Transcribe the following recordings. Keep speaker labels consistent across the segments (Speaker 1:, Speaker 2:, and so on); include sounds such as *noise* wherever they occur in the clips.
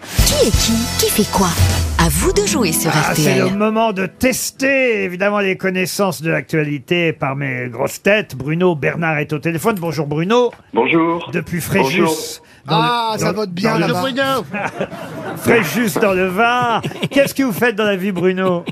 Speaker 1: Qui est qui Qui fait quoi À vous de jouer sur
Speaker 2: Ah, c'est le
Speaker 1: RTL.
Speaker 2: moment de tester évidemment les connaissances de l'actualité par mes grosses têtes. Bruno Bernard est au téléphone. Bonjour Bruno.
Speaker 3: Bonjour.
Speaker 2: Depuis Fréjus.
Speaker 3: Bonjour.
Speaker 2: dans le-
Speaker 4: Ah, ça
Speaker 2: dans-
Speaker 4: vote bien
Speaker 2: dans le-
Speaker 4: là-bas.
Speaker 2: Fréjus dans le
Speaker 4: *laughs*
Speaker 2: Var. Qu'est-ce que vous faites dans la vie Bruno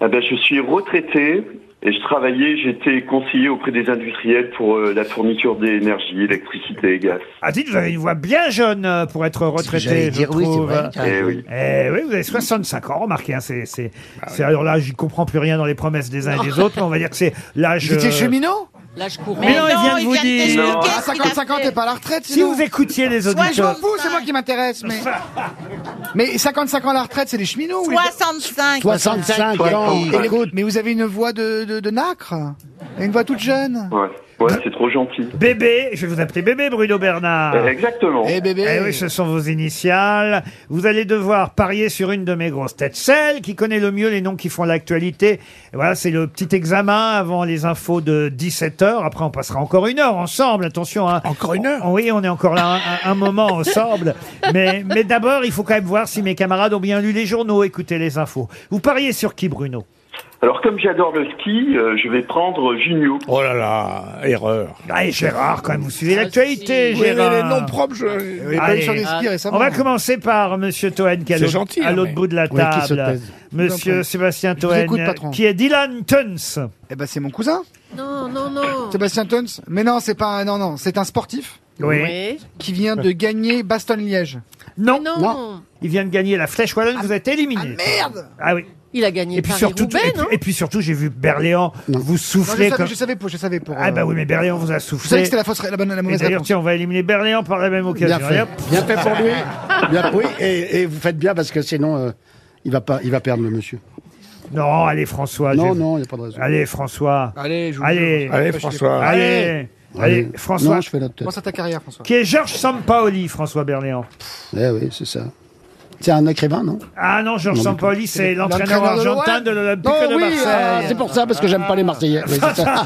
Speaker 3: Ah ben, je suis retraité et je travaillais, j'étais conseiller auprès des industriels pour euh, la fourniture d'énergie, électricité et gaz.
Speaker 2: Ah dites, vous avez une voix bien jeune euh, pour être retraité,
Speaker 4: J'allais
Speaker 2: je
Speaker 4: dire oui, c'est
Speaker 2: trouve.
Speaker 4: vrai.
Speaker 3: Eh oui.
Speaker 2: Eh oui, vous avez 65 ans, remarquez. hein, c'est, c'est,
Speaker 3: Ah
Speaker 2: c'est- alors là, j'y comprends plus rien dans les promesses des uns et
Speaker 4: *laughs*
Speaker 2: des autres, mais on va dire que c'est l'âge.
Speaker 4: J'étais
Speaker 2: euh,
Speaker 4: cheminot Ah,
Speaker 2: Mais non, il vient de vous dire.
Speaker 3: Non.
Speaker 4: À 55 ans, t'es pas à la retraite,
Speaker 2: Si
Speaker 4: sinon.
Speaker 2: vous écoutiez les
Speaker 4: Ouais, je m'en
Speaker 2: auditeurs.
Speaker 4: fous, c'est moi qui m'intéresse,
Speaker 2: *laughs*
Speaker 4: mais. Mais 55 ans à la retraite, c'est les cheminots ou les-
Speaker 5: 65.
Speaker 6: 65 ans,
Speaker 3: Soixante-cinq.
Speaker 6: écoute.
Speaker 4: Mais vous avez une voix de, de, de nacre. Et une voix toute jeune.
Speaker 3: Ouais, ouais c'est trop gentil.
Speaker 2: Bébé, je vais vous appeler bébé Bruno Bernard.
Speaker 3: Eh, Exactement.
Speaker 4: Eh bébé.
Speaker 2: Ah. Eh oui, ce sont vos initiales. Vous allez devoir parier sur une de mes grosses têtes, celle qui connaît le mieux les noms qui font l'actualité. Et Voilà, c'est le petit examen avant les infos de 17h. Après, on passera encore une heure ensemble. Attention, hein.
Speaker 6: Encore une heure
Speaker 2: Oh, Oui, on est encore là un, un- un moment *laughs* ensemble. Mais, mais d'abord, il faut quand même voir si mes camarades ont bien lu les journaux, écouter les infos. Vous pariez sur qui, Bruno
Speaker 3: Alors comme j'adore le ski, euh, je vais prendre Junio.
Speaker 6: Oh là là, erreur.
Speaker 2: Allez, Ah, Gérard, quand même, vous suivez l'actualité,
Speaker 6: Oui, mais
Speaker 2: Gérard.
Speaker 6: les noms propres, je...
Speaker 4: Il est pas
Speaker 2: Allez.
Speaker 4: allé sur les skis récemment.
Speaker 2: On va commencer par Monsieur Toen, qui est à
Speaker 6: C'est
Speaker 2: l'autre-
Speaker 6: gentil,
Speaker 2: à
Speaker 6: hein,
Speaker 2: l'autre
Speaker 6: mais-
Speaker 2: bout de la
Speaker 6: Oui, qui se
Speaker 2: table.
Speaker 6: taise.
Speaker 4: Je vous en
Speaker 2: Monsieur
Speaker 4: prie.
Speaker 2: Sébastien
Speaker 4: Je vous
Speaker 2: Toen,
Speaker 4: écoute, patron.
Speaker 2: qui est Dylan Tuns.
Speaker 4: Eh ben, c'est mon cousin,
Speaker 5: Non, non, non.
Speaker 4: Sébastien Tuns. Mais non, c'est pas un, non, non, c'est un sportif
Speaker 2: Oui.
Speaker 4: qui vient de gagner Bastogne-Liège.
Speaker 2: Non,
Speaker 5: Ah Non.
Speaker 2: il vient de gagner la flèche wallonne. vous êtes éliminé.
Speaker 4: Merde!
Speaker 2: Ah oui.
Speaker 5: Il a gagné
Speaker 2: Et puis surtout,
Speaker 5: Paris-Roubaix,
Speaker 2: et puis,
Speaker 5: Ben, non
Speaker 2: et puis surtout, j'ai vu Berléand vous
Speaker 4: Non, je
Speaker 2: souffler
Speaker 4: savais,
Speaker 2: comme.
Speaker 4: je savais pour, je savais pour.
Speaker 2: Ah
Speaker 4: euh,
Speaker 2: bah oui, mais Berléand vous a
Speaker 4: Je savais
Speaker 2: soufflé.
Speaker 4: que c'était la fausse, la bonne, la
Speaker 2: Et
Speaker 4: mauvaise
Speaker 2: d'ailleurs,
Speaker 4: réponse.
Speaker 2: tiens, on va éliminer Berléand par la même occasion.
Speaker 6: Bien fait.
Speaker 2: Et hop.
Speaker 6: Bien fait pour
Speaker 2: *laughs*
Speaker 6: lui. Bien, oui, et, et vous faites bien parce que sinon, euh, il, va pas, il va perdre le monsieur.
Speaker 2: Non, allez François.
Speaker 6: non,
Speaker 2: j'ai-
Speaker 6: non, il n'y a pas de raison.
Speaker 2: Allez François.
Speaker 4: Allez, je vous
Speaker 2: Allez.
Speaker 4: Allez, François.
Speaker 2: Allez. Allez, François.
Speaker 6: Non, je fais notre tête.
Speaker 4: Pense à ta carrière, François.
Speaker 2: Qui est Georges Sampaoli, François Berléand.
Speaker 6: Eh oui, c'est ça. C'est un écrivain, non
Speaker 2: Ah non, Georges Sampaoli, c'est l'entraîneur
Speaker 4: l'entraîneur de
Speaker 2: argentin
Speaker 4: l'O L.
Speaker 2: de l'Olympique
Speaker 4: Oh
Speaker 2: de
Speaker 4: oui,
Speaker 2: Marseille.
Speaker 4: ah,
Speaker 6: C'est pour ça, parce que j'aime pas les Marseillais. Oui, c'est ça.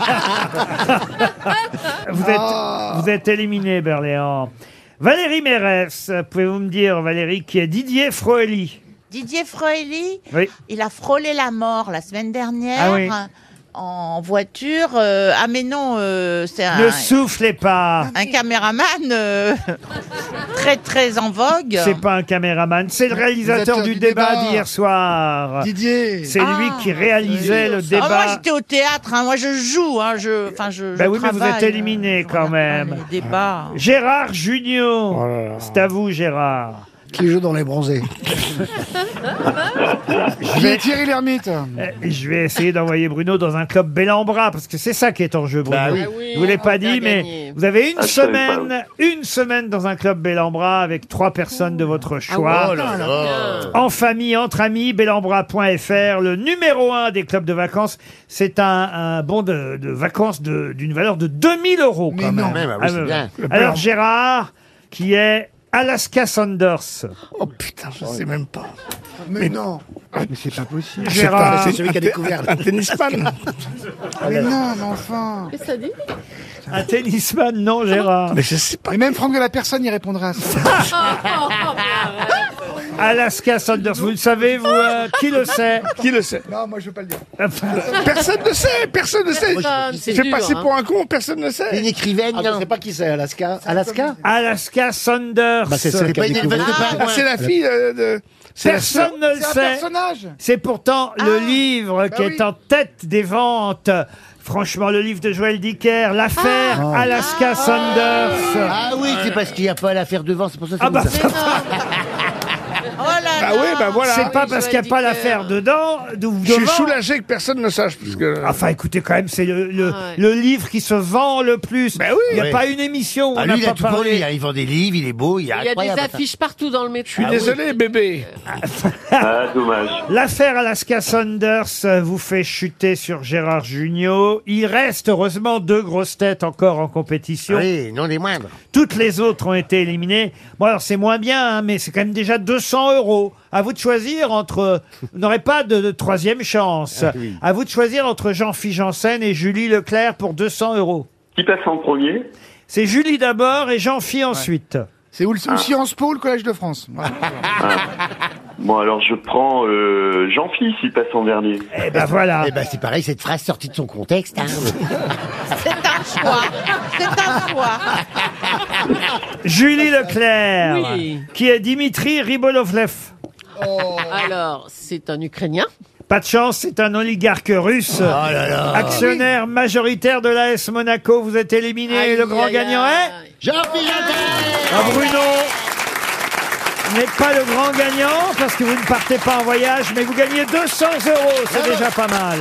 Speaker 2: Vous êtes, vous êtes éliminé, Berléand. Valérie Mérès, pouvez-vous me dire, Valérie, qui est Didier Froeli
Speaker 7: Didier Froeli,
Speaker 2: Oui.
Speaker 7: il a frôlé la mort la semaine dernière
Speaker 2: Ah oui.
Speaker 7: hein, en voiture. euh, ah mais non, euh, c'est un,
Speaker 2: Ne soufflez pas
Speaker 7: un caméraman euh, *laughs* très très en vogue.
Speaker 2: C'est pas un caméraman, c'est le réalisateur
Speaker 4: êtes,
Speaker 2: du
Speaker 4: du
Speaker 2: débat
Speaker 4: débat.
Speaker 2: d'hier soir.
Speaker 4: Didier.
Speaker 2: C'est lui qui réalisait le
Speaker 7: Ah, moi
Speaker 2: débat.
Speaker 7: j'étais au théâtre, hein, moi je joue, hein, je, enfin je.
Speaker 2: Ben
Speaker 7: je
Speaker 2: oui, mais vous
Speaker 7: travaille,
Speaker 2: êtes éliminé
Speaker 7: euh,
Speaker 2: quand
Speaker 7: voilà,
Speaker 2: même.
Speaker 7: Les
Speaker 2: *laughs*
Speaker 7: débats.
Speaker 2: Gérard Junior,
Speaker 6: Oh là là.
Speaker 2: c'est à vous Gérard.
Speaker 6: Qui joue dans les bronzés.
Speaker 4: Qui est Thierry Lhermitte.
Speaker 2: Eh, Je vais essayer d'envoyer Bruno dans un club bel en bras, parce que c'est ça qui est en jeu, Bruno.
Speaker 6: Bah oui.
Speaker 2: Je vous l'ai pas
Speaker 5: bien
Speaker 2: dit, mais
Speaker 5: gagné.
Speaker 2: vous avez une
Speaker 3: Ah, je savais pas,
Speaker 2: semaine, une semaine dans un club bel en bras avec trois personnes de votre
Speaker 8: Ah,
Speaker 2: choix.
Speaker 8: oh
Speaker 6: Oh
Speaker 2: En famille, entre amis, belambra.fr, le numéro un des clubs de vacances. C'est un, un bon de, de vacances de- d'une valeur de 2000 euros.
Speaker 4: Mais
Speaker 2: quand
Speaker 4: non.
Speaker 2: même. Ah, ouais, ouais. Alors Gérard, qui est Alaska Sanders.
Speaker 6: Oh putain, je sais même pas.
Speaker 4: Mais, non. Mais c'est pas possible.
Speaker 2: Gérard,
Speaker 6: C'est celui qui a découvert. Un *laughs* tennis fan.
Speaker 4: Mais non, mais enfin.
Speaker 2: un tennisman, non Gérard.
Speaker 6: Mais je sais pas.
Speaker 4: Et même Franck de la personne y répondrait à ça.
Speaker 2: Alaska Sanders, vous le savez, vous, euh, qui le sait
Speaker 6: *laughs* Qui le sait
Speaker 4: non, moi je veux pas le dire.
Speaker 6: Personne ne sait. Personne ne sait.
Speaker 5: c'est dur, hein.
Speaker 6: un con, personne ne sait. Une écrivaine. Ah, je sais pas qui c'est, Alaska. Bah, Alaska
Speaker 2: Alaska Sanders.
Speaker 8: Bah,
Speaker 6: pas une Ah, C'est la fille euh, de.
Speaker 2: Personne ne le
Speaker 4: C'est un
Speaker 2: sait.
Speaker 4: personnage. Ah. Bah
Speaker 2: C'est pourtant le livre qui est
Speaker 4: oui.
Speaker 2: en tête des ventes. Franchement, le livre de Joël Dicker, l'affaire
Speaker 4: Ah.
Speaker 2: Alaska Sanders.
Speaker 8: Ah oui, c'est parce qu'il n'y a pas l'affaire devant, c'est pour ça que
Speaker 2: Ah
Speaker 8: ça
Speaker 2: bah,
Speaker 8: nous a-
Speaker 7: Oh là
Speaker 6: Ah
Speaker 7: là.
Speaker 6: bah
Speaker 2: c'est pas parce qu'il n'y a pas l'affaire dedans. de- devant.
Speaker 6: que personne ne sache. Parce que...
Speaker 8: Ah,
Speaker 2: Enfin, écoutez, quand même, c'est le, le,
Speaker 4: Ah
Speaker 2: le livre qui se vend le plus.
Speaker 4: Bah
Speaker 6: Ben oui.
Speaker 2: il n'y a
Speaker 8: Ouais.
Speaker 2: pas une émission où
Speaker 8: Ah,
Speaker 2: on
Speaker 8: lui,
Speaker 2: n'a
Speaker 8: il a
Speaker 2: pas
Speaker 8: tout pour lui.
Speaker 2: parlé.
Speaker 8: hein. Il vend des livres, il est beau, il est
Speaker 5: Il y a des
Speaker 8: incroyable. Ah
Speaker 5: affiches partout dans le métro. Ah Je suis
Speaker 6: bébé.
Speaker 3: Ah dommage.
Speaker 2: L'affaire Alaska Sanders euh, vous fait chuter sur Gérard Jugnot. Il reste heureusement deux grosses têtes encore en compétition.
Speaker 8: Oui, non des moindres.
Speaker 2: Toutes les autres ont été éliminées. Bon, alors c'est moins bien, hein, mais c'est quand même déjà 200 euros. À vous de choisir entre. euh, Vous n'aurez pas de, de troisième chance. À vous de choisir entre Jean-Philippe Janssen et Julie Leclerc pour 200 euros.
Speaker 3: Qui passe en premier
Speaker 2: C'est Julie d'abord et Jean-Philippe ensuite.
Speaker 4: C'est où le ou Sciences Po ou le Collège de France Voilà.
Speaker 3: Bon, alors je prends euh, Jean-Fils, il passe en dernier.
Speaker 2: Eh ben
Speaker 6: Ah.
Speaker 2: voilà.
Speaker 8: Eh ben, c'est pareil, cette phrase sortie de son contexte.
Speaker 6: *laughs*
Speaker 8: hein.
Speaker 7: C'est un choix. C'est un choix.
Speaker 2: Julie Leclerc,
Speaker 5: Oui.
Speaker 2: qui est Dimitri Ribolovlev.
Speaker 5: Alors, c'est un Ukrainien.
Speaker 2: Pas de chance, c'est un oligarque russe,
Speaker 8: là là.
Speaker 2: actionnaire majoritaire de l'AS Monaco. Vous êtes éliminé,
Speaker 5: Aïe,
Speaker 2: le grand
Speaker 5: aïe,
Speaker 2: gagnant
Speaker 5: aïe.
Speaker 2: est...
Speaker 8: Jean-Pierre Jantet
Speaker 2: Ah, Bruno n'êtes pas le grand gagnant parce que vous ne partez pas en voyage, mais vous gagnez 200 euros, c'est déjà pas mal.